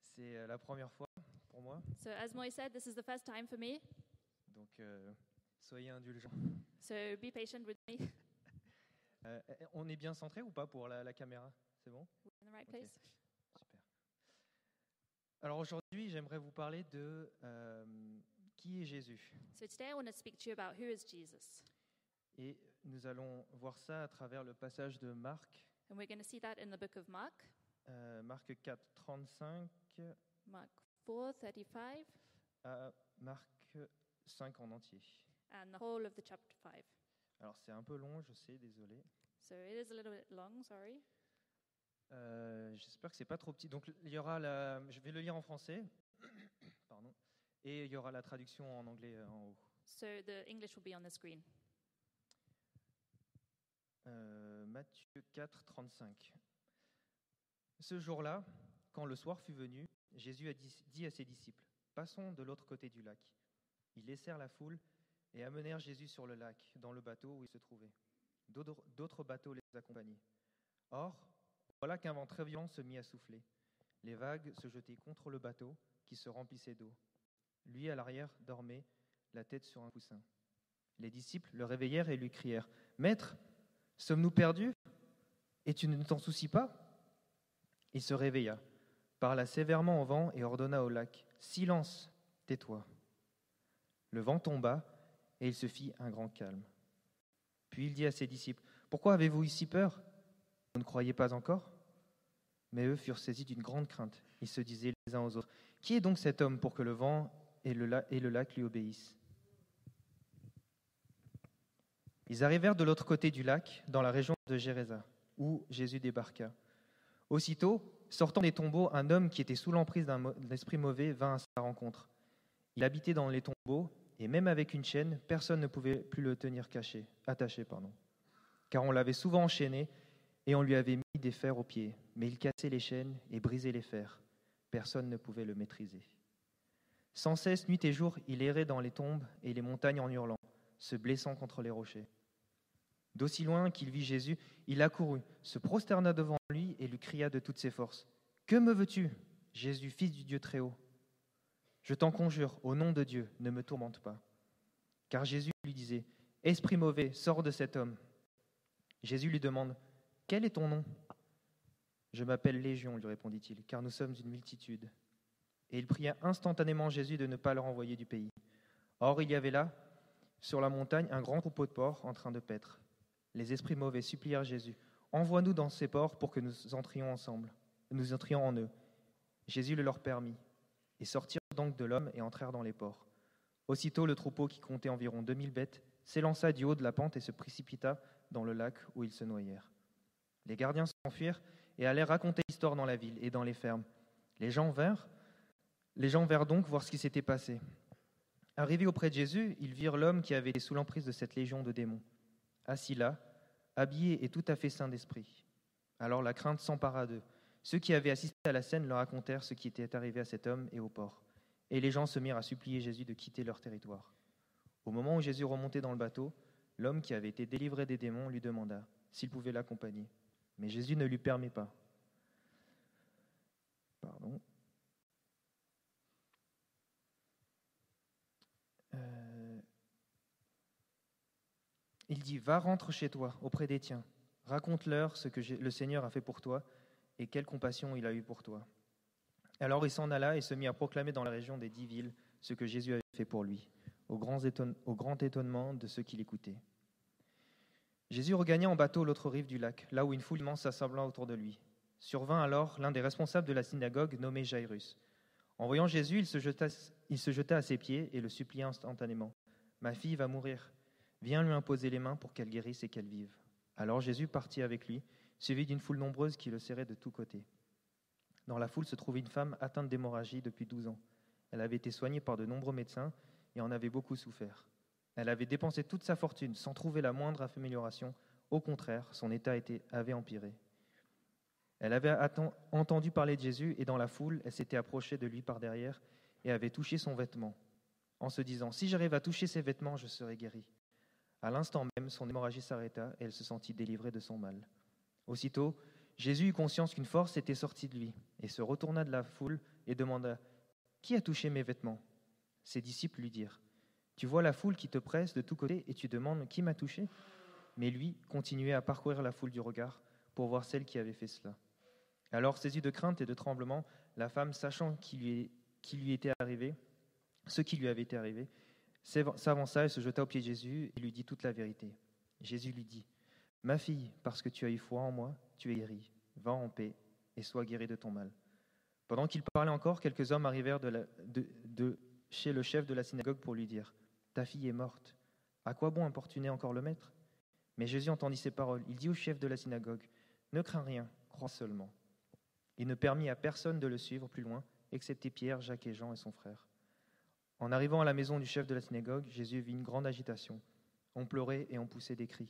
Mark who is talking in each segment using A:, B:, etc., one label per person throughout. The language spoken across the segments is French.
A: C'est euh, la première fois pour moi,
B: So, as Moy said, this is the first time for me,
A: donc euh, soyez indulgents.
B: so be patient with me. We're
A: Euh, on est bien centré ou pas pour la, la caméra C'est bon
B: in the right
A: Ok.
B: place.
A: Super. Alors aujourd'hui, j'aimerais vous parler de euh, qui est Jésus.
B: So, today I want to speak to you about who is Jesus.
A: Et nous allons voir ça à travers le passage de Marc,
B: And we're going to see that in the book of Mark,
A: euh, Marc 4, 35
B: Mark 4 35,
A: à Marc 5 en entier.
B: and the whole of the chapter 5.
A: Alors c'est un peu long, je sais, désolé.
B: So, it is a little bit long, sorry.
A: Euh, J'espère que c'est pas trop petit. Donc il y aura la, je vais le lire en français, pardon, et il y aura la traduction en anglais euh, en haut.
B: So, the English will be on the screen.
A: Euh, Matthieu 4, 35. Ce jour-là, quand le soir fut venu, Jésus a dit, dit à ses disciples, Passons de l'autre côté du lac. Ils laissèrent la foule et amenèrent Jésus sur le lac, dans le bateau où il se trouvait. D'autres d'autres bateaux les accompagnaient. Or, voilà qu'un vent très violent se mit à souffler. Les vagues se jetaient contre le bateau, qui se remplissait d'eau. Lui, à l'arrière, dormait, la tête sur un coussin. Les disciples le réveillèrent et lui crièrent, Maître, Sommes-nous perdus Et tu ne t'en soucies pas Il se réveilla, parla sévèrement au vent et ordonna au lac Silence, tais-toi. Le vent tomba et il se fit un grand calme. Puis il dit à ses disciples Pourquoi avez-vous eu si peur Vous ne croyez pas encore Mais eux furent saisis d'une grande crainte. Ils se disaient les uns aux autres Qui est donc cet homme pour que le vent et le, la- et le lac lui obéissent Ils arrivèrent de l'autre côté du lac, dans la région de Gérésa, où Jésus débarqua. Aussitôt, sortant des tombeaux, un homme qui était sous l'emprise d'un mo- d'un esprit mauvais vint à sa rencontre. Il habitait dans les tombeaux, et même avec une chaîne, personne ne pouvait plus le tenir caché, attaché. Pardon. Car on l'avait souvent enchaîné, et on lui avait mis des fers aux pieds. Mais il cassait les chaînes et brisait les fers. Personne ne pouvait le maîtriser. Sans cesse, nuit et jour, il errait dans les tombes et les montagnes en hurlant, se blessant contre les rochers. D'aussi loin qu'il vit Jésus, il accourut, se prosterna devant lui et lui cria de toutes ses forces Que me veux-tu, Jésus, fils du Dieu très haut Je t'en conjure, au nom de Dieu, ne me tourmente pas. Car Jésus lui disait Esprit mauvais, sors de cet homme. Jésus lui demande Quel est ton nom Je m'appelle Légion, lui répondit-il, car nous sommes une multitude. Et il pria instantanément Jésus de ne pas le renvoyer du pays. Or, il y avait là, sur la montagne, un grand troupeau de porcs en train de paître. Les esprits mauvais supplièrent Jésus Envoie-nous dans ces porcs pour que nous entrions ensemble, nous entrions en eux. Jésus le leur permit. Et sortirent donc de l'homme et entrèrent dans les porcs. Aussitôt, le troupeau, qui comptait environ 2000 bêtes, s'élança du haut de la pente et se précipita dans le lac où ils se noyèrent. Les gardiens s'enfuirent et allèrent raconter l'histoire dans la ville et dans les fermes. Les gens vinrent, les gens vinrent donc voir ce qui s'était passé. Arrivés auprès de Jésus, ils virent l'homme qui avait été sous l'emprise de cette légion de démons. Assis là, habillé et tout à fait saint d'esprit. Alors la crainte s'empara d'eux. Ceux qui avaient assisté à la scène leur racontèrent ce qui était arrivé à cet homme et au port. Et les gens se mirent à supplier Jésus de quitter leur territoire. Au moment où Jésus remontait dans le bateau, l'homme qui avait été délivré des démons lui demanda s'il pouvait l'accompagner. Mais Jésus ne lui permit pas. Pardon. Euh, il dit, va rentre chez toi, auprès des tiens. Raconte-leur ce que j'ai- le Seigneur a fait pour toi et quelle compassion il a eu pour toi. Alors il s'en alla et se mit à proclamer dans la région des dix villes ce que Jésus avait fait pour lui, au grand, éton- au grand étonnement de ceux qui l'écoutaient. Jésus regagna en bateau l'autre rive du lac, là où une foule immense s'assembla autour de lui. Survint alors l'un des responsables de la synagogue nommé Jairus. En voyant Jésus, il se jeta, il se jeta à ses pieds et le supplia instantanément. Ma fille va mourir. Viens lui imposer les mains pour qu'elle guérisse et qu'elle vive. Alors Jésus partit avec lui, suivi d'une foule nombreuse qui le serrait de tous côtés. Dans la foule se trouvait une femme atteinte d'hémorragie depuis 12 ans. Elle avait été soignée par de nombreux médecins et en avait beaucoup souffert. Elle avait dépensé toute sa fortune sans trouver la moindre amélioration. Au contraire, son état était- avait empiré. Elle avait atten- entendu parler de Jésus et dans la foule, elle s'était approchée de lui par derrière et avait touché son vêtement, en se disant, Si j'arrive à toucher ses vêtements, je serai guérie. À l'instant même, son hémorragie s'arrêta et elle se sentit délivrée de son mal. Aussitôt, Jésus eut conscience qu'une force était sortie de lui et se retourna de la foule et demanda Qui a touché mes vêtements Ses disciples lui dirent Tu vois la foule qui te presse de tous côtés et tu demandes Qui m'a touché Mais lui continuait à parcourir la foule du regard pour voir celle qui avait fait cela. Alors, saisie de crainte et de tremblement, la femme, sachant qui lui, qui lui était arrivé, ce qui lui avait été arrivé, s'av- s'avança et se jeta aux pieds de Jésus et lui dit toute la vérité. Jésus lui dit Ma fille, parce que tu as eu foi en moi, tu es guérie. Va en paix et sois guérie de ton mal. Pendant qu'il parlait encore, quelques hommes arrivèrent de la- de- de chez le chef de la synagogue pour lui dire Ta fille est morte. À quoi bon importuner encore le maître Mais Jésus entendit ces paroles. Il dit au chef de la synagogue Ne crains rien, crois seulement. Il ne permit à personne de le suivre plus loin, excepté Pierre, Jacques et Jean et son frère. En arrivant à la maison du chef de la synagogue, Jésus vit une grande agitation. On pleurait et on poussait des cris.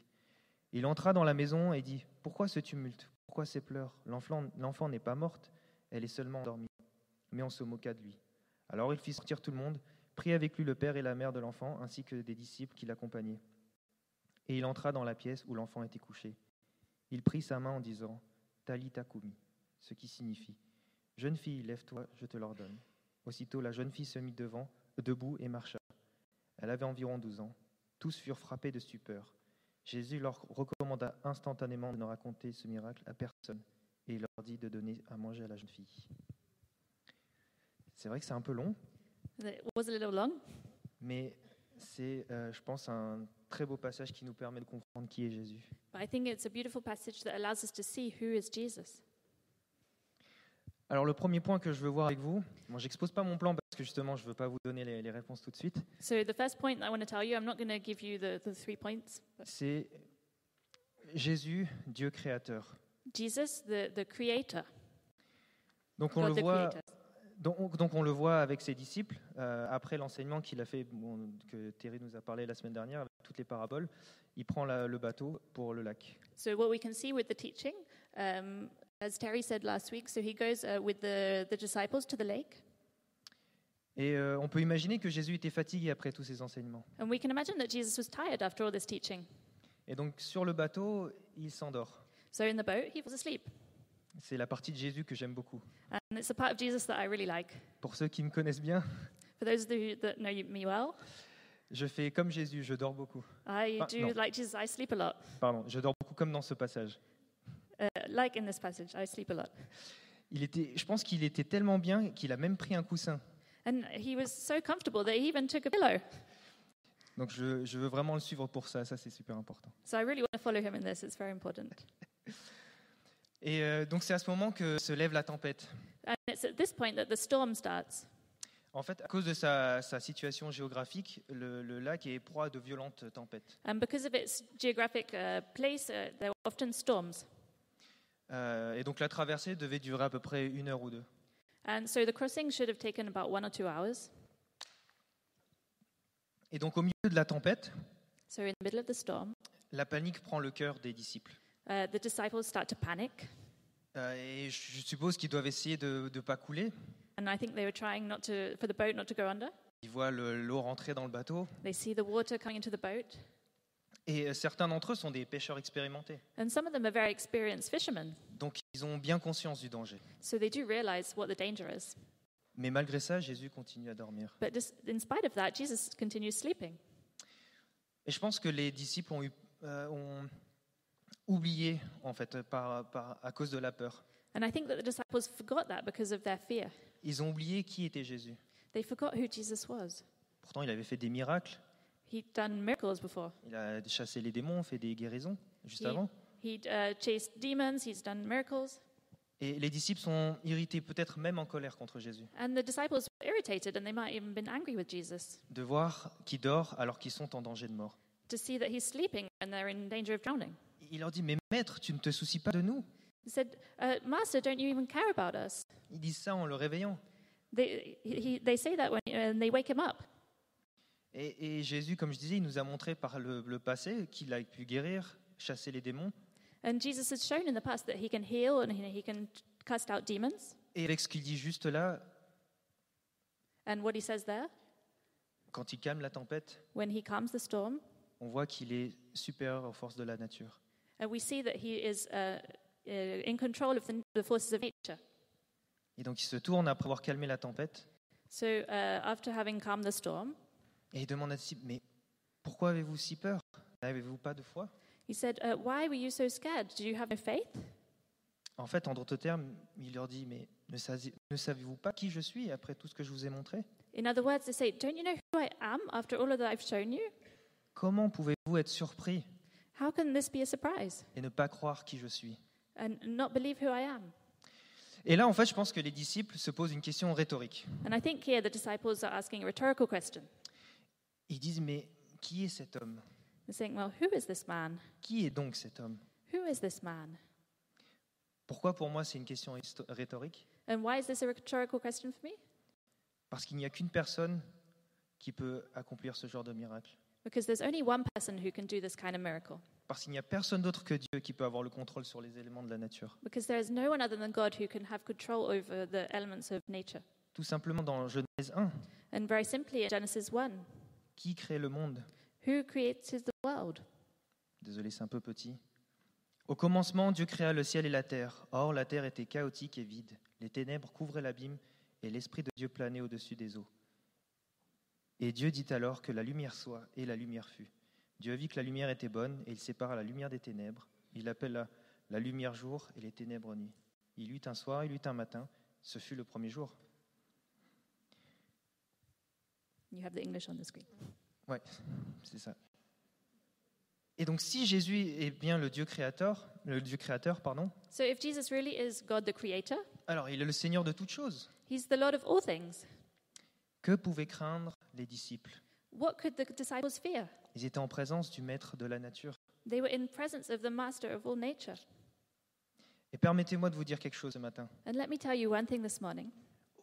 A: Il entra dans la maison et dit Pourquoi ce tumulte Pourquoi ces pleurs L'enfant l'enfant n'est pas morte, elle est seulement endormie. Mais on se moqua de lui. Alors il fit sortir tout le monde, prit avec lui le père et la mère de l'enfant, ainsi que des disciples qui l'accompagnaient. Et il entra dans la pièce où l'enfant était couché. Il prit sa main en disant Talita Kumi, ce qui signifie Jeune fille, lève-toi, je te l'ordonne. Aussitôt la jeune fille se mit devant, debout et marcha. Elle avait environ douze ans. Tous furent frappés de stupeur. Jésus leur recommanda instantanément de ne raconter ce miracle à personne et il leur dit de donner à manger à la jeune fille. C'est vrai que c'est un peu long,
B: It was a little long,
A: mais c'est, euh, je pense, un très beau passage qui nous permet de comprendre qui est Jésus.
B: but I think it's a beautiful passage that allows us to see who is Jesus.
A: Alors le premier point que je veux voir avec vous, bon, j'expose pas mon plan parce que justement je veux pas vous donner les, les réponses tout de suite,
B: So the first point I want to tell you, I'm not going to give you the, the three points. But
A: c'est Jésus, Dieu créateur.
B: Jesus, the, the creator,
A: Donc on
B: God
A: le
B: the
A: voit,
B: creator.
A: donc, donc on le voit avec ses disciples euh, après l'enseignement qu'il a fait, bon, que Thierry nous a parlé la semaine dernière avec toutes les paraboles. Il prend la- le bateau pour le lac.
B: So what we can see with the teaching, um, as Terry said last week, so he goes uh, with the, the disciples to the lake.
A: Et euh, on peut imaginer que Jésus était fatigué après tous ces enseignements.
B: And we can imagine that Jesus was tired after all this teaching.
A: Et donc sur le bateau, il s'endort.
B: So in the boat, he falls asleep.
A: C'est la partie de Jésus que j'aime beaucoup.
B: And it's a part of Jesus that I really like.
A: Pour ceux qui me connaissent bien,
B: For those of you that know you- me well,
A: je fais comme Jésus, je dors beaucoup.
B: I
A: Ah,
B: do
A: no.
B: like Jesus. I sleep a lot.
A: Pardon, je dors beaucoup comme dans ce passage.
B: Uh, like in this passage, I sleep a lot.
A: Il était, je pense qu'il était tellement bien qu'il a même pris un coussin.
B: And he was so comfortable that he even took a pillow.
A: Donc je, je veux vraiment le suivre pour ça, ça c'est super important.
B: So I really want to follow him in this. It's very important.
A: Et euh, donc c'est à ce moment que se lève la tempête.
B: And it's at this point that the storm starts.
A: En fait, à cause de sa, sa situation géographique, le, le lac est proie de violentes tempêtes.
B: And because of its geographic uh, place, uh, there were often storms.
A: Euh, et donc la traversée devait durer à peu près une heure ou deux.
B: And so the crossing should have taken about one or two hours.
A: Et donc au milieu de la tempête,
B: So in the middle of the storm,
A: la panique prend le cœur des disciples.
B: uh, the disciples start to panic.
A: Euh, et je je suppose qu'ils doivent essayer de ne pas couler.
B: And I think they were trying not to, for the boat not to go under.
A: Ils voient le- l'eau rentrer dans le bateau.
B: They see the water coming into the boat.
A: Et euh, certains d'entre eux sont des pêcheurs expérimentés.
B: And some of them are very experienced fishermen.
A: Donc ils ont bien conscience du danger.
B: So they do realize what the danger is.
A: Mais malgré ça, Jésus continue à dormir.
B: But just in spite of that, Jesus continues sleeping.
A: Et je pense que les disciples ont, eu- euh, ont oublié, en fait, par- par- à cause de la peur.
B: And I think that the disciples forgot that because of their fear.
A: Ils ont oublié qui était Jésus.
B: They forgot who Jesus was.
A: Pourtant, il avait fait des miracles.
B: He'd done miracles before.
A: Il a chassé les démons, fait des guérisons juste
B: Oui.
A: avant.
B: He'd uh, chased demons, he's done miracles.
A: Et les disciples sont irrités, peut-être même en colère contre Jésus,
B: And the disciples were irritated and they might even been angry with Jesus
A: de voir qu'il dort alors qu'ils sont en danger de mort.
B: to see that he's sleeping and they're in danger of drowning.
A: Il leur dit Mais maître, tu ne te soucies pas de nous
B: He said, uh, Master, don't you even care about us?
A: Ils disent ça en le réveillant.
B: They, he, he- they say that when and they wake him up.
A: Et, et Jésus, comme je disais, il nous a montré par le, le passé qu'il a pu guérir, chasser les démons.
B: And Jesus has shown in the past that he can heal and he, he can cast out demons.
A: Et avec ce qu'il dit juste là,
B: And what he says there,
A: quand il calme la tempête,
B: when he calms the storm,
A: on voit qu'il est supérieur aux forces de la nature.
B: uh, we see that he is uh, uh, in control of the, the forces of nature.
A: Et donc il se tourne après avoir calmé la tempête
B: So uh, after having calmed the storm,
A: et il demande à disciples, mais pourquoi avez-vous si peur N'avez-vous pas de foi
B: he said, uh, Why were you so scared? Do you have no faith?
A: En fait, en d'autres termes, il leur dit, mais ne, sasi- ne savez-vous pas qui je suis après tout ce que je vous ai montré
B: In other words, they say, Don't you know who I am after all of that I've shown you?
A: Comment pouvez-vous être surpris
B: How can this be a surprise
A: et ne pas croire qui je suis
B: and not believe who I am?
A: Et là, en fait, je pense que les disciples se posent une question rhétorique.
B: And I think here the disciples are asking a rhetorical question.
A: Ils disent, mais qui est cet homme
B: They're saying, Well, who is this man?
A: Qui est donc cet homme
B: Who is this man?
A: Pourquoi pour moi c'est une question histo- rhétorique
B: And why is this a rhetorical question for me?
A: Parce qu'il n'y a qu'une personne qui peut accomplir ce genre de miracle.
B: Because there's only one person who can do this kind of miracle.
A: Parce qu'il n'y a personne d'autre que Dieu qui peut avoir le contrôle sur les éléments de la nature.
B: Because there is no one other than God who can have control over the elements of nature.
A: Tout simplement dans Genèse 1,
B: And very simply, in Genesis 1,
A: qui crée le monde
B: who created the world?
A: Désolé, c'est un peu petit. Au commencement, Dieu créa le ciel et la terre. Or, la terre était chaotique et vide. Les ténèbres couvraient l'abîme et l'Esprit de Dieu planait au-dessus des eaux. Et Dieu dit alors que la lumière soit, et la lumière fut. Dieu vit que la lumière était bonne, et il sépara la lumière des ténèbres. Il appela la lumière jour et les ténèbres nuit. Il eut un soir, il eut un matin. Ce fut le premier jour.
B: You have the English on the screen.
A: Ouais, c'est ça. Et donc, si Jésus est bien le Dieu créateur, le Dieu créateur, pardon,
B: So if Jesus really is God the creator,
A: alors il est le Seigneur de toutes choses.
B: he's the Lord of all things.
A: Que pouvaient craindre les disciples
B: What could the disciples fear?
A: Ils étaient en présence du Maître de la nature.
B: They were in presence of the master of all nature.
A: Et permettez-moi de vous dire quelque chose ce matin.
B: And let me tell you one thing this morning.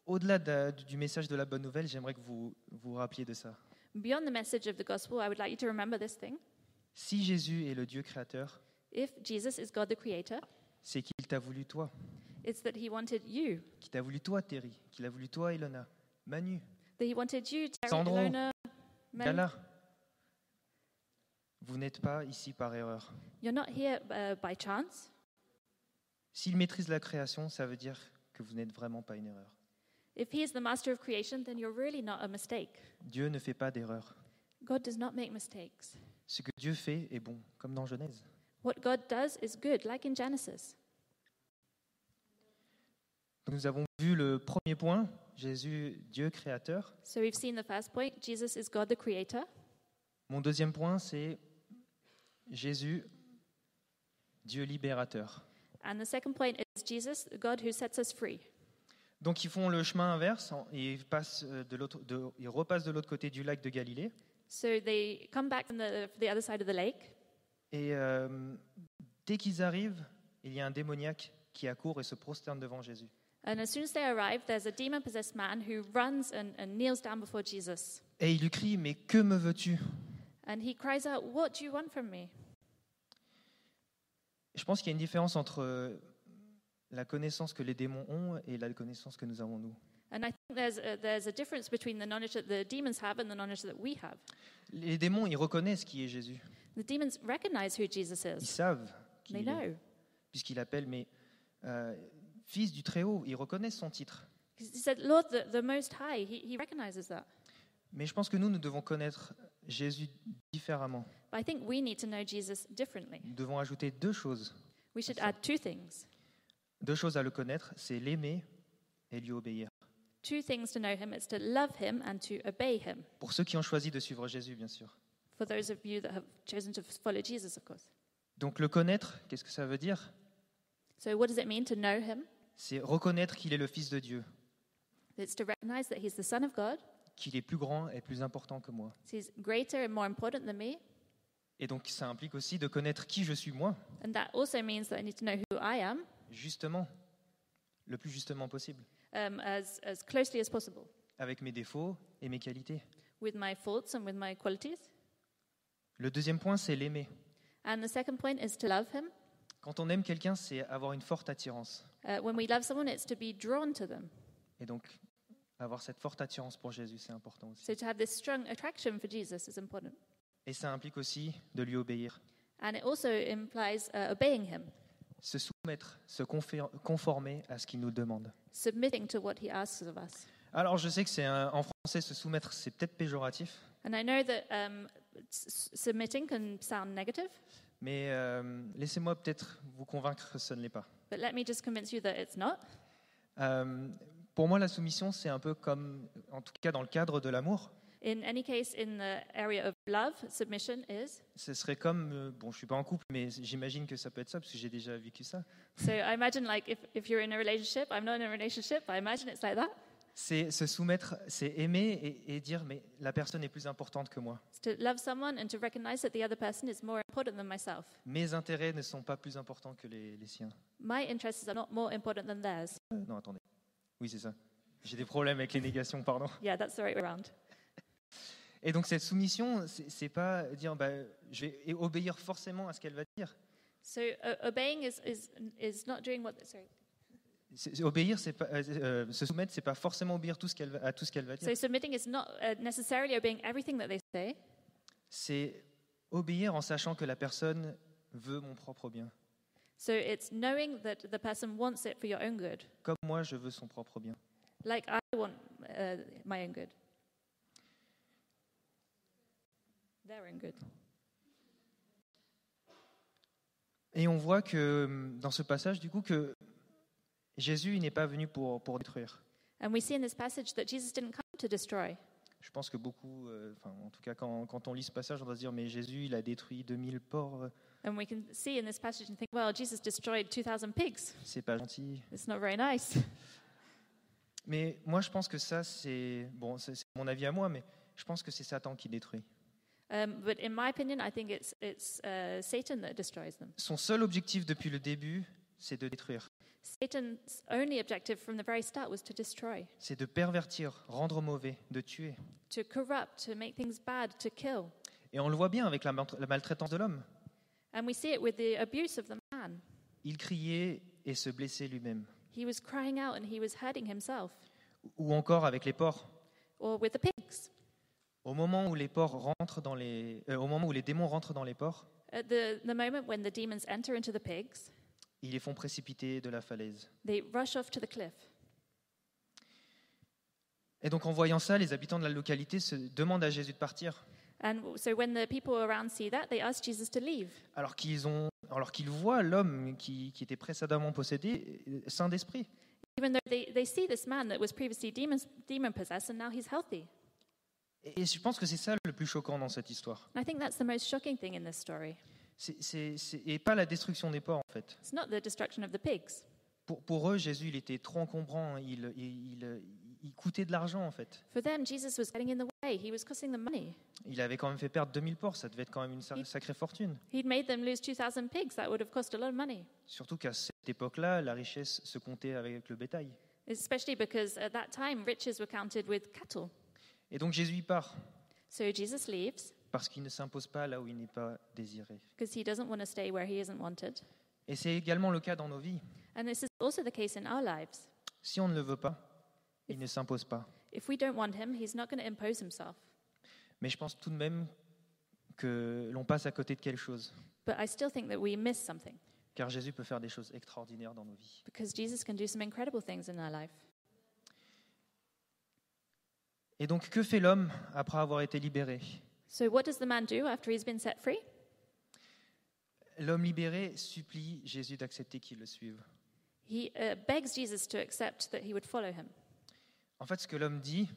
A: Au-delà de- du message de la bonne nouvelle, j'aimerais que vous vous rappeliez de ça.
B: Beyond the message of the gospel, I would like you to remember this thing.
A: Si Jésus est le Dieu créateur,
B: If Jesus is God the creator,
A: c'est qu'il t'a voulu toi,
B: it's that he wanted you,
A: qu'il t'a voulu toi, Terry, qu'il a voulu toi, Ilona, Manu,
B: that he wanted you, Terry,
A: Sandro,
B: Ilona, Mary.
A: Gala. Vous n'êtes pas ici par erreur.
B: You're not here uh, by chance.
A: S'il maîtrise la création, ça veut dire que vous n'êtes vraiment pas une erreur.
B: If he is the master of creation, then you're really not a mistake.
A: Dieu ne fait pas d'erreur.
B: God does not make mistakes.
A: Ce que Dieu fait est bon, comme dans Genèse.
B: What God does is good, like in Genesis.
A: Donc, Nous avons vu le premier point, Jésus, Dieu créateur.
B: So we've seen the first point Jesus is God the creator.
A: Mon deuxième point, c'est Jésus, Dieu libérateur.
B: And the second point is Jesus, God who sets us free.
A: Donc ils font le chemin inverse, en- et ils, passent euh, de l'autre- de- ils repassent de l'autre côté du lac de Galilée.
B: So they come back from the, from the other side of the lake.
A: Et euh, dès qu'ils arrivent, il y a un démoniaque qui accourt et se prosterne devant Jésus.
B: And as soon as they arrive, there's a demon possessed man who runs and, and kneels down before Jesus.
A: Et il lui crie, mais que me veux-tu
B: And he cries out, What do you want from me?
A: Je pense qu'il y a une différence entre euh, la connaissance que les démons ont et la connaissance que nous avons nous.
B: And I think there's a, there's a difference between the knowledge that the demons have and the knowledge that we have.
A: Les démons, ils reconnaissent qui est Jésus.
B: The demons recognize who Jesus
A: Ils
B: is,
A: savent qui
B: they
A: il est,
B: know.
A: puisqu'il appelle mais euh, fils du Très-Haut, ils reconnaissent son titre.
B: 'Cause He said, Lord, the, the Most High, he, he recognizes that.
A: Mais je pense que nous, nous devons connaître Jésus différemment.
B: But I think we need to know Jesus differently.
A: Nous devons ajouter deux choses.
B: We should
A: That's
B: add two things
A: Deux choses à le connaître, c'est l'aimer et lui obéir.
B: two things to know him it's to love him and to obey him.
A: Pour ceux qui ont choisi de suivre Jésus, bien sûr.
B: For those of you that have chosen to follow Jesus, of course.
A: Donc le connaître, qu'est-ce que ça veut dire
B: So, what does it mean to know him?
A: C'est reconnaître qu'il est le Fils de Dieu,
B: It's to recognize that he's the Son of God,
A: qu'il est plus grand et plus important que moi.
B: so he's greater and more important than me.
A: Et donc ça implique aussi de connaître qui je suis moi,
B: And that also means that I need to know who I am
A: justement, le plus justement possible,
B: um, as, as closely as possible
A: avec mes défauts et mes qualités.
B: with my faults and with my qualities.
A: Le deuxième point, c'est l'aimer.
B: And the second point is to love him.
A: Quand on aime quelqu'un, c'est avoir une forte attirance.
B: Uh, when we love someone, it's to be drawn to them.
A: Et donc, avoir cette forte attirance pour Jésus, c'est important aussi.
B: So to have this strong attraction for Jesus is important.
A: Et ça implique aussi de lui obéir.
B: And it also implies uh, obeying him.
A: se soumettre, se confé- conformer à ce qu'il nous demande.
B: submitting to what he asks of us.
A: Alors je sais que c'est un- en français se soumettre c'est peut-être péjoratif,
B: And I know that um, s- s- submitting can sound negative,
A: mais euh, laissez-moi peut-être vous convaincre que ce ne l'est pas.
B: but let me just convince you that it's not.
A: Euh, pour moi la soumission c'est un peu comme, en tout cas dans le cadre de l'amour,
B: In any case, in the area of love, submission is.
A: ce serait comme, euh, bon je suis pas en couple mais j'imagine que ça peut être ça parce que j'ai déjà vécu ça,
B: So I imagine, like, if, if you're in a relationship, I'm not in a relationship, I imagine it's like that.
A: c'est se soumettre, c'est aimer et, et dire mais la personne est plus importante que moi.
B: It's to love someone and to recognize that the other person is more important than myself.
A: Mes intérêts ne sont pas plus importants que les, les siens.
B: My interests are not more important than theirs.
A: Euh, non attendez, oui c'est ça. J'ai des problèmes avec les négations, pardon.
B: Yeah, that's the right way around.
A: Et donc cette soumission, c'est c'est pas dire bah, je vais obéir forcément à ce qu'elle va dire.
B: So uh, obeying is, is, is not doing what. Sorry.
A: C'est- c'est- obéir, c'est pas euh, euh, se soumettre, c'est pas forcément obéir tout ce qu'elle va- à tout ce qu'elle va dire.
B: So submitting is not uh, necessarily obeying everything that they say.
A: C'est obéir en sachant que la personne veut mon propre bien,
B: So it's knowing that the person wants it for your own good,
A: comme moi je veux son propre bien.
B: like I want uh, my own good. Their own good.
A: Et on voit que hum, dans ce passage du coup que Jésus il n'est pas venu pour pour détruire.
B: And we see in this passage that Jesus didn't come to destroy.
A: Je pense que beaucoup, euh, enfin, en tout cas quand, quand on lit ce passage, on doit se dire mais Jésus il a détruit 2000 porcs, euh,
B: And we can see in this passage and think, well, Jesus destroyed 2,000 pigs.
A: c'est pas gentil.
B: It's not very nice.
A: Mais moi, je pense que ça, c'est bon, c'est c'est mon avis à moi, mais je pense que c'est Satan qui détruit.
B: Um, but in my opinion, I think it's, it's uh, Satan that destroys them.
A: Son seul objectif depuis le début, c'est de détruire,
B: Satan's only objective from the very start was to destroy,
A: c'est de pervertir, rendre mauvais, de tuer.
B: to corrupt, to make things bad, to kill.
A: Et on le voit bien avec la, mal- la maltraitance de l'homme.
B: And we see it with the abuse of the man.
A: Il criait et se blessait lui-même,
B: He was crying out and he was hurting himself.
A: ou encore avec les porcs.
B: Or with the pigs.
A: Au moment où les porcs rentrent dans les, euh, au moment où les démons rentrent dans les porcs,
B: At the, the moment when the demons enter into the pigs,
A: ils les font précipiter de la falaise.
B: they rush off to the cliff.
A: Et donc, en voyant ça, les habitants de la localité se demandent à Jésus de partir,
B: And so when the people around see that, they ask Jesus to leave.
A: alors qu'ils ont, alors qu'ils voient l'homme qui, qui était précédemment possédé, euh, saint d'esprit.
B: Even though they, they see this man that was previously demon, demon possessed and now he's healthy.
A: Et je pense que c'est ça le plus choquant dans cette histoire.
B: And I think that's the most shocking thing in this story.
A: C'est- c'est- c'est- et pas la destruction des porcs, en fait.
B: It's not the destruction of the pigs.
A: Pour, pour eux, Jésus, il était trop encombrant. hein. Il, il, il- il coûtait de l'argent, en fait.
B: For them, Jesus was getting in the way. He was costing them money.
A: Il avait quand même fait perdre 2000 porcs. Ça devait être quand même une sa- sacrée fortune.
B: He'd made them lose 2,000 pigs. That would have cost a lot of money.
A: Surtout qu'à cette époque-là, la richesse se comptait avec le bétail.
B: Especially because at that time, riches were counted with cattle.
A: Et donc Jésus il part,
B: So Jesus leaves.
A: parce qu'il ne s'impose pas là où il n'est pas désiré.
B: because he doesn't want to stay where he isn't wanted.
A: Et c'est également le cas dans nos vies.
B: And this is also the case in our lives.
A: Si on ne le veut pas, il ne s'impose pas.
B: If we don't want him, he's not going to impose himself.
A: Mais je pense tout de même que l'on passe à côté de quelque chose,
B: But I still think that we miss something
A: car Jésus peut faire des choses extraordinaires dans nos vies.
B: because Jesus can do some incredible things in our life.
A: Et donc, que fait l'homme après avoir été libéré
B: So, what does the man do after he's been set free?
A: L'homme libéré supplie Jésus d'accepter qu'il le suive.
B: He uh, begs Jesus to accept that he would follow him.
A: En fait, ce que l'homme dit,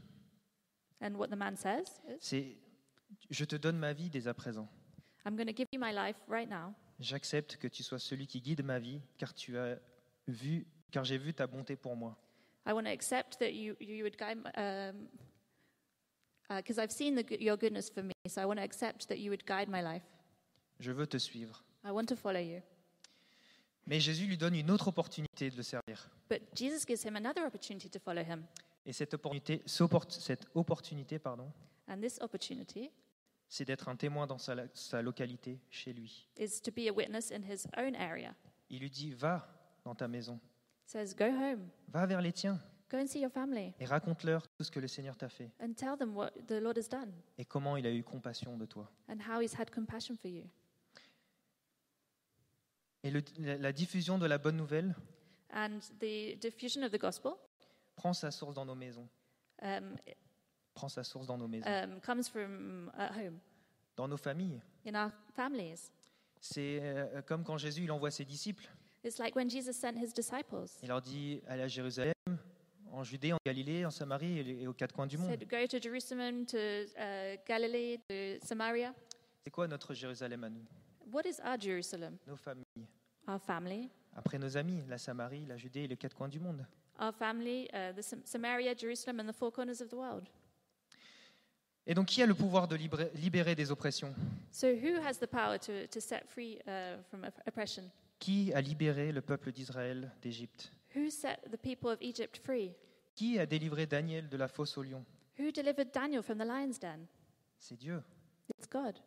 B: And what the man says is,
A: c'est Je te donne ma vie dès à présent.
B: I'm going to give you my life right now.
A: J'accepte que tu sois celui qui guide ma vie, car tu as vu, car j'ai vu ta bonté pour moi.
B: I want to accept that you, you would guide, um, because I've seen the, g- your goodness for me. So, I want to accept that you would guide my life.
A: Je veux te suivre.
B: I want to follow you.
A: Mais Jésus lui donne une autre opportunité de le servir.
B: But Jesus gives him another opportunity to follow him.
A: Et cette opportunité, s'oppor- cette opportunité pardon,
B: And this opportunity
A: c'est d'être un témoin dans sa, la- sa localité, chez lui.
B: is to be a witness in his own area.
A: Il lui dit Va dans ta maison,
B: says, Go home,
A: va vers les tiens
B: go and see your family,
A: et raconte-leur tout ce que le Seigneur t'a fait.
B: and tell them what the Lord has done
A: et comment il a eu compassion de toi.
B: and how he's had compassion for you.
A: Et le- la la diffusion de la bonne nouvelle
B: And the diffusion of the gospel
A: prend sa source dans nos maisons.
B: um,
A: Prend sa source dans nos maisons,
B: um, comes from at home,
A: dans nos familles.
B: in our families.
A: C'est euh, comme quand Jésus il envoie ses disciples.
B: It's like when Jesus sent his disciples.
A: Il leur dit allez à Jérusalem, en Judée, en Galilée, en Samarie et les- et aux quatre coins du
B: He
A: monde.
B: said, Go to Jerusalem, to uh, Galilee, to Samaria.
A: C'est quoi notre Jérusalem à nous
B: What is our Jerusalem?
A: Nos familles.
B: Our family.
A: Après nos amis, la Samarie, la Judée et les quatre coins du monde.
B: Our family, uh, the Sam- Samaria, Jerusalem, and the four corners of the world.
A: Et donc, qui a le pouvoir de libérer, libérer des oppressions
B: So, who has the power to, to set free uh, from op- oppression?
A: Qui a libéré le peuple d'Israël d'Égypte
B: Who set the people of Egypt free?
A: Qui a délivré Daniel de la fosse au lion
B: Who delivered Daniel from the lion's den?
A: C'est Dieu.
B: It's God.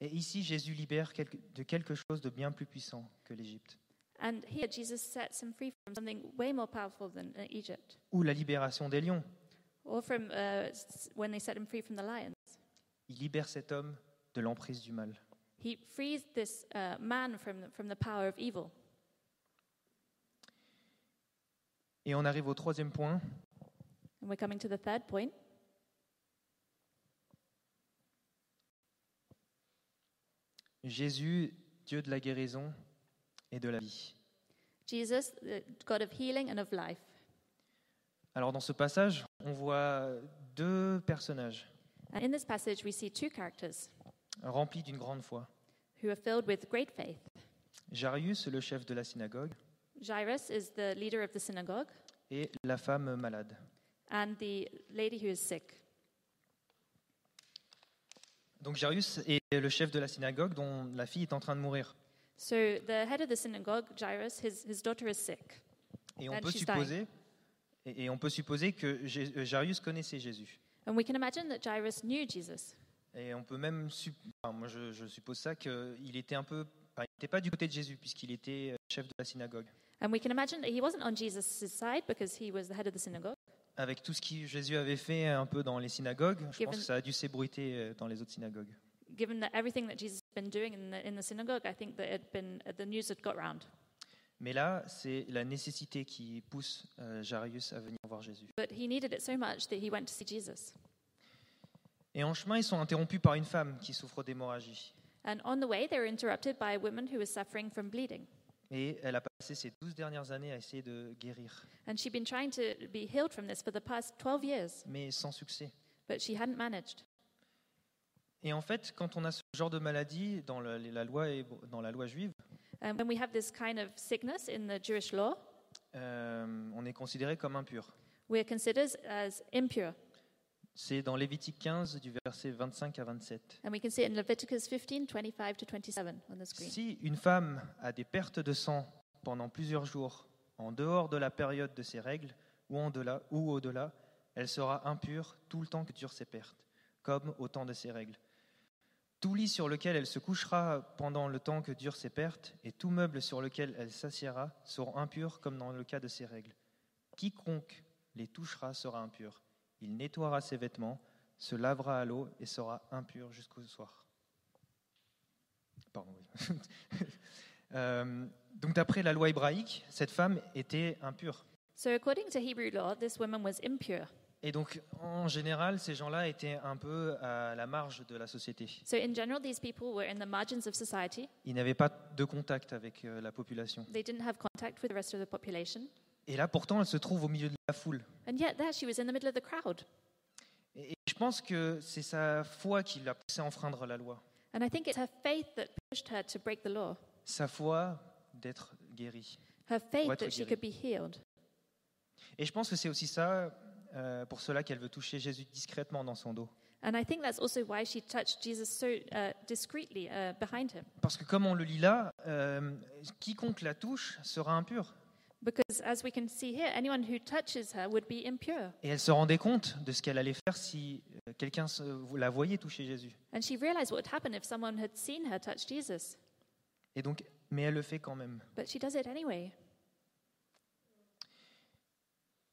A: Et ici, Jésus libère quelque- de quelque chose de bien plus puissant que l'Égypte,
B: And here, Jesus sets him free from something way more powerful than uh, Egypt,
A: ou la libération des lions.
B: or from uh, s- when they set him free from the lions.
A: Il libère cet homme de l'emprise du mal.
B: He frees this uh, man from the, from the power of evil.
A: Et on arrive au troisième point,
B: And we're coming to the third point.
A: Jésus, Dieu de la guérison et de la vie.
B: Jesus, the God of healing and of life.
A: Alors dans ce passage, on voit deux personnages
B: And in this passage, we see two characters
A: remplis d'une grande foi.
B: who are filled with great faith.
A: Jarius, le chef de la synagogue,
B: Jairus is the leader of the synagogue,
A: et la femme malade.
B: and the lady who is sick.
A: Donc Jarius est le chef de la synagogue dont la fille est en train de mourir.
B: So the head of the synagogue, Jairus, his, his daughter is sick.
A: Et on
B: And
A: peut
B: she's
A: supposer, et, et on peut supposer que Jé- euh, Jarius connaissait Jésus.
B: And we can imagine that Jairus knew Jesus.
A: Et on peut même, sup- enfin, moi je, je suppose ça, qu'il était un peu, enfin, il n'était pas du côté de Jésus puisqu'il était euh, chef de la synagogue,
B: And we can imagine that he wasn't on Jesus' side because he was the head of the synagogue.
A: avec tout ce que Jésus avait fait un peu dans les synagogues. Je
B: Given-
A: pense que ça a dû s'ébruiter euh, dans les autres synagogues.
B: Given that everything that Jesus had been doing in the, in the synagogue, I think that it had been, the news had got round.
A: Mais là, c'est la nécessité qui pousse euh, Jarius à venir voir Jésus.
B: But he needed it so much that he went to see Jesus.
A: Et en chemin, ils sont interrompus par une femme qui souffre d'hémorragie.
B: And on the way, they were interrupted by a woman who was suffering from bleeding.
A: Et elle a passé ses 12 dernières années à essayer de guérir,
B: And she'd been trying to be healed from this for the past 12 years,
A: mais sans succès.
B: but she hadn't managed.
A: Et en fait, quand on a ce genre de maladie dans le- la, loi, hébre- dans la loi juive,
B: And when we have this kind of sickness in the Jewish law,
A: euh, on est considéré comme impur.
B: we're considered as impure.
A: C'est dans Lévitique 15 du verset 25 à 27.
B: And we can see it in Leviticus 15 25 to 27 on the screen.
A: Si une femme a des pertes de sang pendant plusieurs jours, en dehors de la période de ses règles ou en delà- ou au-delà, elle sera impure tout le temps que durent ses pertes, comme au temps de ses règles. Tout lit sur lequel elle se couchera pendant le temps que durent ses pertes et tout meuble sur lequel elle s'assiera seront impurs comme dans le cas de ses règles. Quiconque les touchera sera impur. Il nettoiera ses vêtements, se lavera à l'eau et sera impur jusqu'au soir. Pardon, oui. Euh, donc d'après la loi hébraïque, cette femme était impure.
B: So, according to Hebrew law, this woman was impure.
A: Et donc en général, ces gens-là étaient un peu à la marge de la société.
B: So, in general, these people were in the margins of society.
A: Ils n'avaient pas de contact avec euh, la population.
B: They didn't have contact with the rest of the population.
A: Et là pourtant, elle se trouve au milieu de la foule.
B: And yet, there she was in the middle of the crowd.
A: Et, et je pense que c'est sa foi qui l'a poussée à enfreindre la loi.
B: And I think it's her faith that pushed her to break the law,
A: Sa foi d'être guérie.
B: her
A: Ouais,
B: faith
A: toi,
B: that she
A: Gary.
B: could be healed.
A: Et je pense que c'est aussi ça euh, pour cela qu'elle veut toucher Jésus discrètement dans son dos.
B: And I think that's also why she touched Jesus so uh, discreetly uh, behind him.
A: Parce que comme on le lit là, euh, quiconque la touche sera impur.
B: Because as we can see here, anyone who touches her would be impure.
A: Et elle se rendait compte de ce qu'elle allait faire si euh, quelqu'un se- la voyait toucher Jésus.
B: And she realized what would happen if someone had seen her touch Jesus.
A: Et donc, mais elle le fait quand même.
B: But she does it anyway.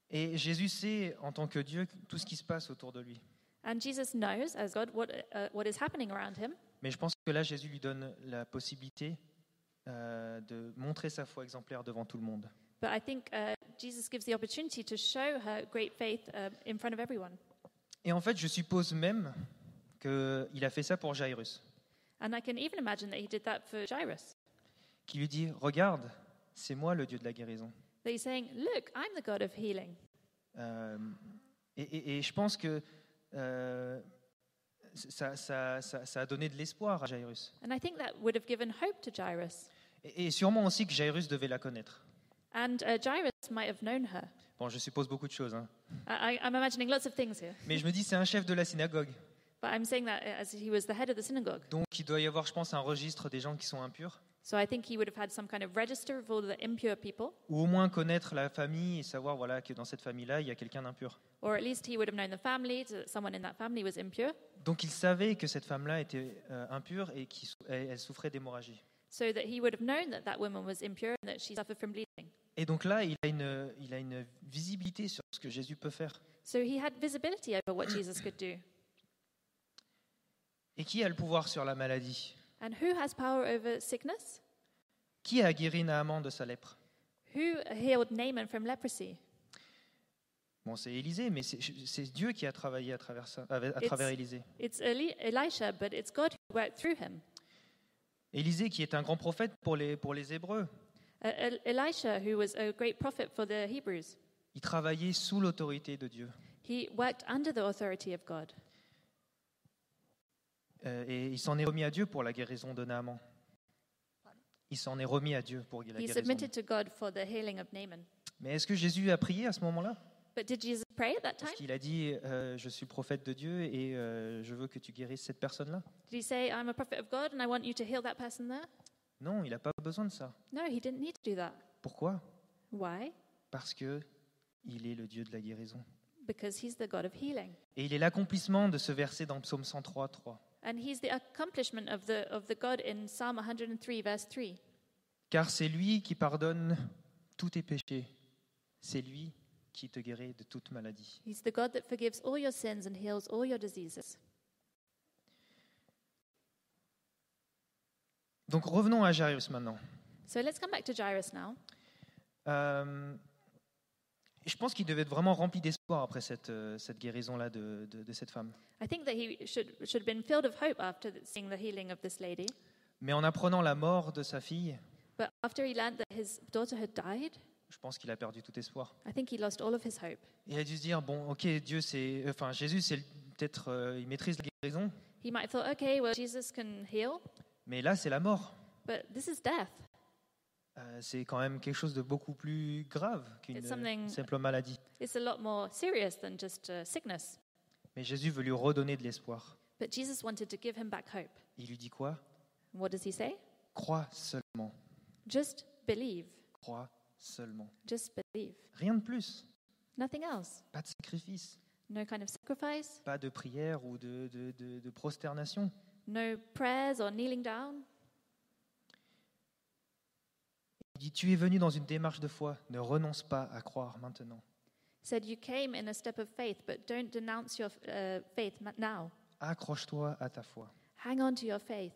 A: Et Jésus sait, en tant que Dieu, tout ce qui se passe autour de lui.
B: And Jesus knows, as God, what, uh, what is happening around him.
A: Mais je pense que là, Jésus lui donne la possibilité euh, de montrer sa foi exemplaire devant tout le monde.
B: But I think uh, Jesus gives the opportunity to show her great faith uh, in front of everyone.
A: Et en fait, je suppose même qu'il a fait ça pour Jairus,
B: And I can even imagine that he did that for Jairus.
A: qui lui dit Regarde, c'est moi le Dieu de la guérison.
B: That he's saying, Look, I'm the God of healing.
A: Euh, et, et- et je pense que euh, ça, ça- ça- ça a donné de l'espoir à Jairus.
B: And I think that would have given hope to Jairus.
A: Et, et sûrement aussi que Jairus devait la connaître.
B: And uh, Jairus might have known her.
A: Bon, je suppose beaucoup de choses, hein.
B: I, I- I'm imagining lots of things here,
A: mais je me dis c'est un chef de la synagogue,
B: but I'm saying that uh, as he was the head of the synagogue.
A: donc il doit y avoir, je pense, un registre des gens qui sont impurs,
B: So I think he would have had some kind of register of all the impure people,
A: ou au moins connaître la famille et savoir voilà que dans cette famille-là il y a quelqu'un d'impur.
B: or at least he would have known the family, so that someone in that family was impure,
A: Donc il savait que cette femme-là était euh, impure et qu'elle souffrait d'hémorragie.
B: so that he would have known that that woman was impure and that she suffered from bleeding.
A: Et donc là, il a, une, il a une visibilité sur ce que Jésus peut faire.
B: So he had visibility over what Jesus could do.
A: Et qui a le pouvoir sur la maladie
B: And who has power over sickness?
A: Qui a guéri Naaman de sa lèpre
B: Who healed Naaman from leprosy?
A: Bon, c'est Élisée, mais c'est c'est Dieu qui a travaillé à travers, ça, à à
B: It's-
A: travers Élisée.
B: It's Eli- Elisha, but it's God who worked through him.
A: Élisée qui est un grand prophète pour les, pour les Hébreux.
B: Uh, El- Elisha, who was a great prophet for the Hebrews,
A: Il travaillait sous l'autorité de Dieu.
B: he worked under the authority of God.
A: Euh, et il s'en est remis à Dieu pour la guérison de Naaman. Il s'en est remis à Dieu pour la
B: He
A: guérison.
B: submitted to God for the healing of Naaman.
A: Mais est-ce que Jésus a prié à ce moment-là
B: But did Jesus pray at that time?
A: Parce qu'il a dit euh, Je suis le prophète de Dieu et euh, je veux que tu guérisses cette personne-là.
B: Did he say, I'm a prophet of God and I want you to heal that person there?
A: Non, il n'a pas besoin de ça.
B: No, he didn't need to do that.
A: Pourquoi
B: Why?
A: Parce que il est le Dieu de la guérison.
B: Because he's the God of healing.
A: Et il est l'accomplissement de ce verset dans Psaume 103, 3.
B: And he's the accomplishment of the, of the God in Psalm 103, verse 3.
A: Car c'est lui qui pardonne tous tes péchés. C'est lui qui te guérit de toute maladie.
B: He's the God that forgives all your sins and heals all your diseases.
A: Donc revenons à Jairus maintenant.
B: So let's come back to Jairus now.
A: Euh, je pense qu'il devait être vraiment rempli d'espoir après cette, euh, cette guérison-là de, de- de cette femme.
B: I think that he should, should have been filled of hope after th- seeing the healing of this lady.
A: Mais en apprenant la mort de sa fille,
B: But after he learned that his daughter had died,
A: je pense qu'il a perdu tout espoir.
B: I think he lost all of his hope.
A: Il a dû se dire bon, ok, Dieu, c'est, enfin Jésus, c'est le- peut-être, euh, il maîtrise la guérison,
B: He might have thought, okay, well, Jesus can heal,
A: mais là, c'est la mort.
B: but this is death.
A: Euh, c'est quand même quelque chose de beaucoup plus grave qu'une
B: It's something-
A: simple maladie.
B: It's a lot more serious than just uh, sickness.
A: Mais Jésus veut lui redonner de l'espoir.
B: But Jesus wanted to give him back hope.
A: Il lui dit quoi
B: And what does he say?
A: Crois seulement,
B: Just believe.
A: crois seulement.
B: Just believe.
A: Rien de plus.
B: Nothing else.
A: Pas de sacrifice,
B: No kind of sacrifice,
A: pas de prière ou de, de- de- de prosternation.
B: no prayers or kneeling down.
A: Il dit Tu es venu dans une démarche de foi, ne renonce pas à croire maintenant.
B: Said you came in a step of faith, but don't denounce your uh, faith ma- now.
A: Accroche-toi à ta foi.
B: Hang on to your faith.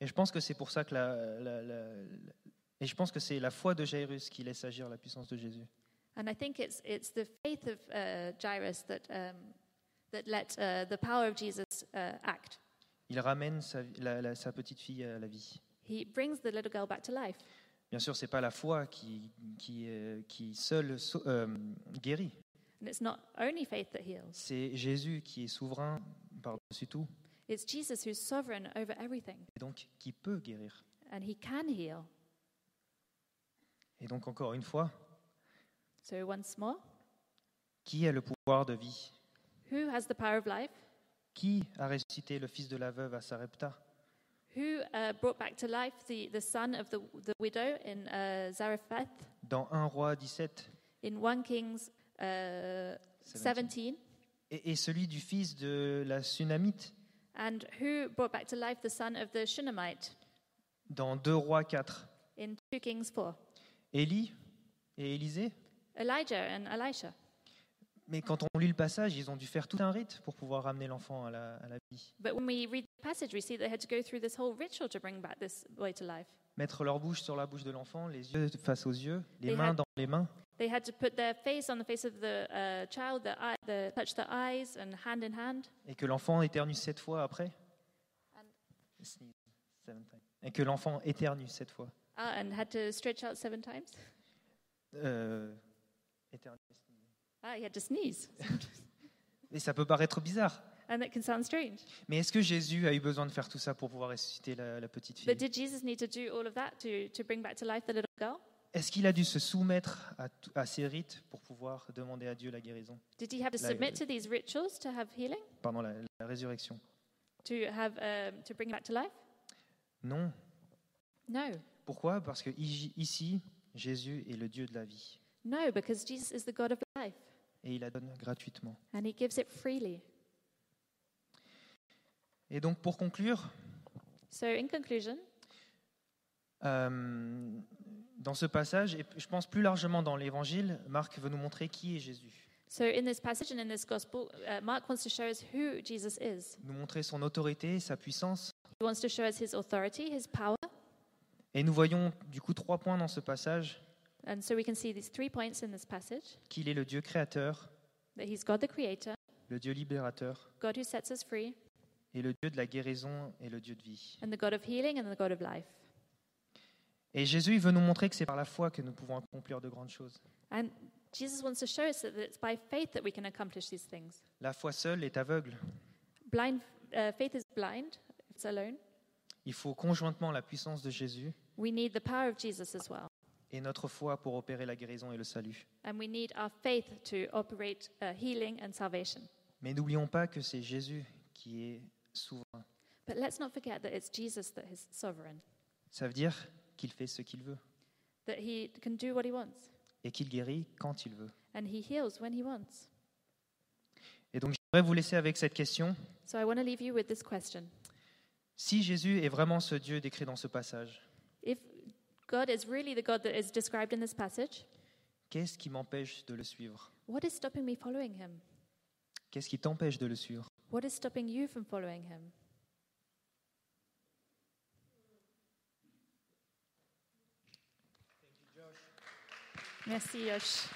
A: Et je pense que c'est pour ça que la, la- la- la- et je pense que c'est la foi de Jairus qui laisse agir la puissance de Jésus.
B: And I think it's it's the faith of uh, Jairus that um, that let uh, the power of Jesus uh, act.
A: Il ramène sa, la- la- sa petite fille à la vie.
B: He brings the little girl back to life.
A: Bien sûr, c'est pas la foi qui, qui, euh, qui seule sau- euh, guérit.
B: And it's not only faith that heals.
A: C'est Jésus qui est souverain par-dessus tout
B: It's Jesus who's sovereign over everything,
A: et donc qui peut guérir.
B: and he can heal.
A: Et donc encore une fois,
B: So once more,
A: qui a le pouvoir de vie
B: who has the power of life?
A: Qui a ressuscité le fils de la veuve à Sarepta
B: Who uh, brought back to life the, the son of the, the widow in uh, Zarephath
A: dans 1 roi 17
B: in 1 Kings uh, 17?
A: et, et celui du fils de la Sunamite
B: And who brought back to life the son of the Shunammite
A: dans 2 rois 4
B: in 2 Kings 4?
A: Élie et Élisée
B: Elijah and Elisha.
A: Mais quand on lit le passage, ils ont dû faire tout un rite pour pouvoir ramener l'enfant à la, à la vie.
B: But when we read the passage, we see they had to go through this whole ritual to bring back this boy to life.
A: Mettre leur bouche sur la bouche de l'enfant, les yeux face aux yeux, les
B: Et
A: mains
B: la-
A: dans les mains.
B: They had to put their face on the face of the uh, child, their eye, the, touch their eyes, and hand in hand.
A: Et que l'enfant éternue sept fois après.
B: And-
A: Sneeze, seven times. Et que l'enfant éternue sept fois.
B: Ah, and had to stretch out seven times.
A: Euh, éternue.
B: Ah, he had to sneeze.
A: Et ça peut paraître bizarre.
B: And that can sound strange.
A: Mais est-ce que Jésus a eu besoin de faire tout ça pour pouvoir ressusciter la, la petite fille
B: But did Jesus need to do all of that to, to bring back to life the little girl?
A: Est-ce qu'il a dû se soumettre à, tout- à ces rites pour pouvoir demander à Dieu la guérison
B: Did he have to
A: Like-
B: submit to these rituals to have healing,
A: Pardon, la, la résurrection
B: to, have, um, to bring him back to life?
A: Non.
B: No.
A: Pourquoi Parce que iji- ici, Jésus est le Dieu de la vie.
B: No, because Jesus is the God of life
A: Et il la donne gratuitement.
B: and he gives it freely.
A: Et donc, pour conclure,
B: So, in conclusion,
A: Euh, dans ce passage, et je pense plus largement dans l'Évangile, Marc veut nous montrer qui est Jésus,
B: so in this passage and in this gospel, uh, Mark wants to show us who Jesus is.
A: nous montrer son autorité, sa puissance.
B: He wants to show us his authority, his power.
A: Et nous voyons du coup trois points dans ce passage,
B: And so we can see these three points in this passage
A: qu'il est le Dieu créateur,
B: that he's God the creator,
A: le Dieu libérateur,
B: God who sets us free,
A: et le Dieu de la guérison et le Dieu de vie.
B: and the God of healing and the God of life.
A: Et Jésus il veut nous montrer que c'est par la foi que nous pouvons accomplir de grandes choses.
B: And Jesus wants to show us that it's by faith that we can accomplish these things.
A: La foi seule est aveugle.
B: Blind uh, faith is blind; it's alone.
A: Il faut conjointement la puissance de Jésus
B: We need the power of Jesus as well,
A: et notre foi pour opérer la guérison et le salut.
B: and we need our faith to operate uh, healing and salvation.
A: Mais n'oublions pas que c'est Jésus qui est souverain.
B: But let's not forget that it's Jesus that is sovereign,
A: Ça veut dire qu'il fait ce qu'il veut.
B: that He can do what He wants,
A: et qu'il guérit quand il veut.
B: and He heals when He wants.
A: Et donc j'aimerais vous laisser avec cette question.
B: So I want to leave you with this question:
A: Si Jésus est vraiment ce Dieu décrit dans ce passage,
B: If God is really the God that is described in this passage,
A: qu'est-ce qui m'empêche de le suivre
B: what is stopping me following Him?
A: Qu'est-ce qui t'empêche de le suivre
B: What is stopping you from following Him? Merci, Yosh.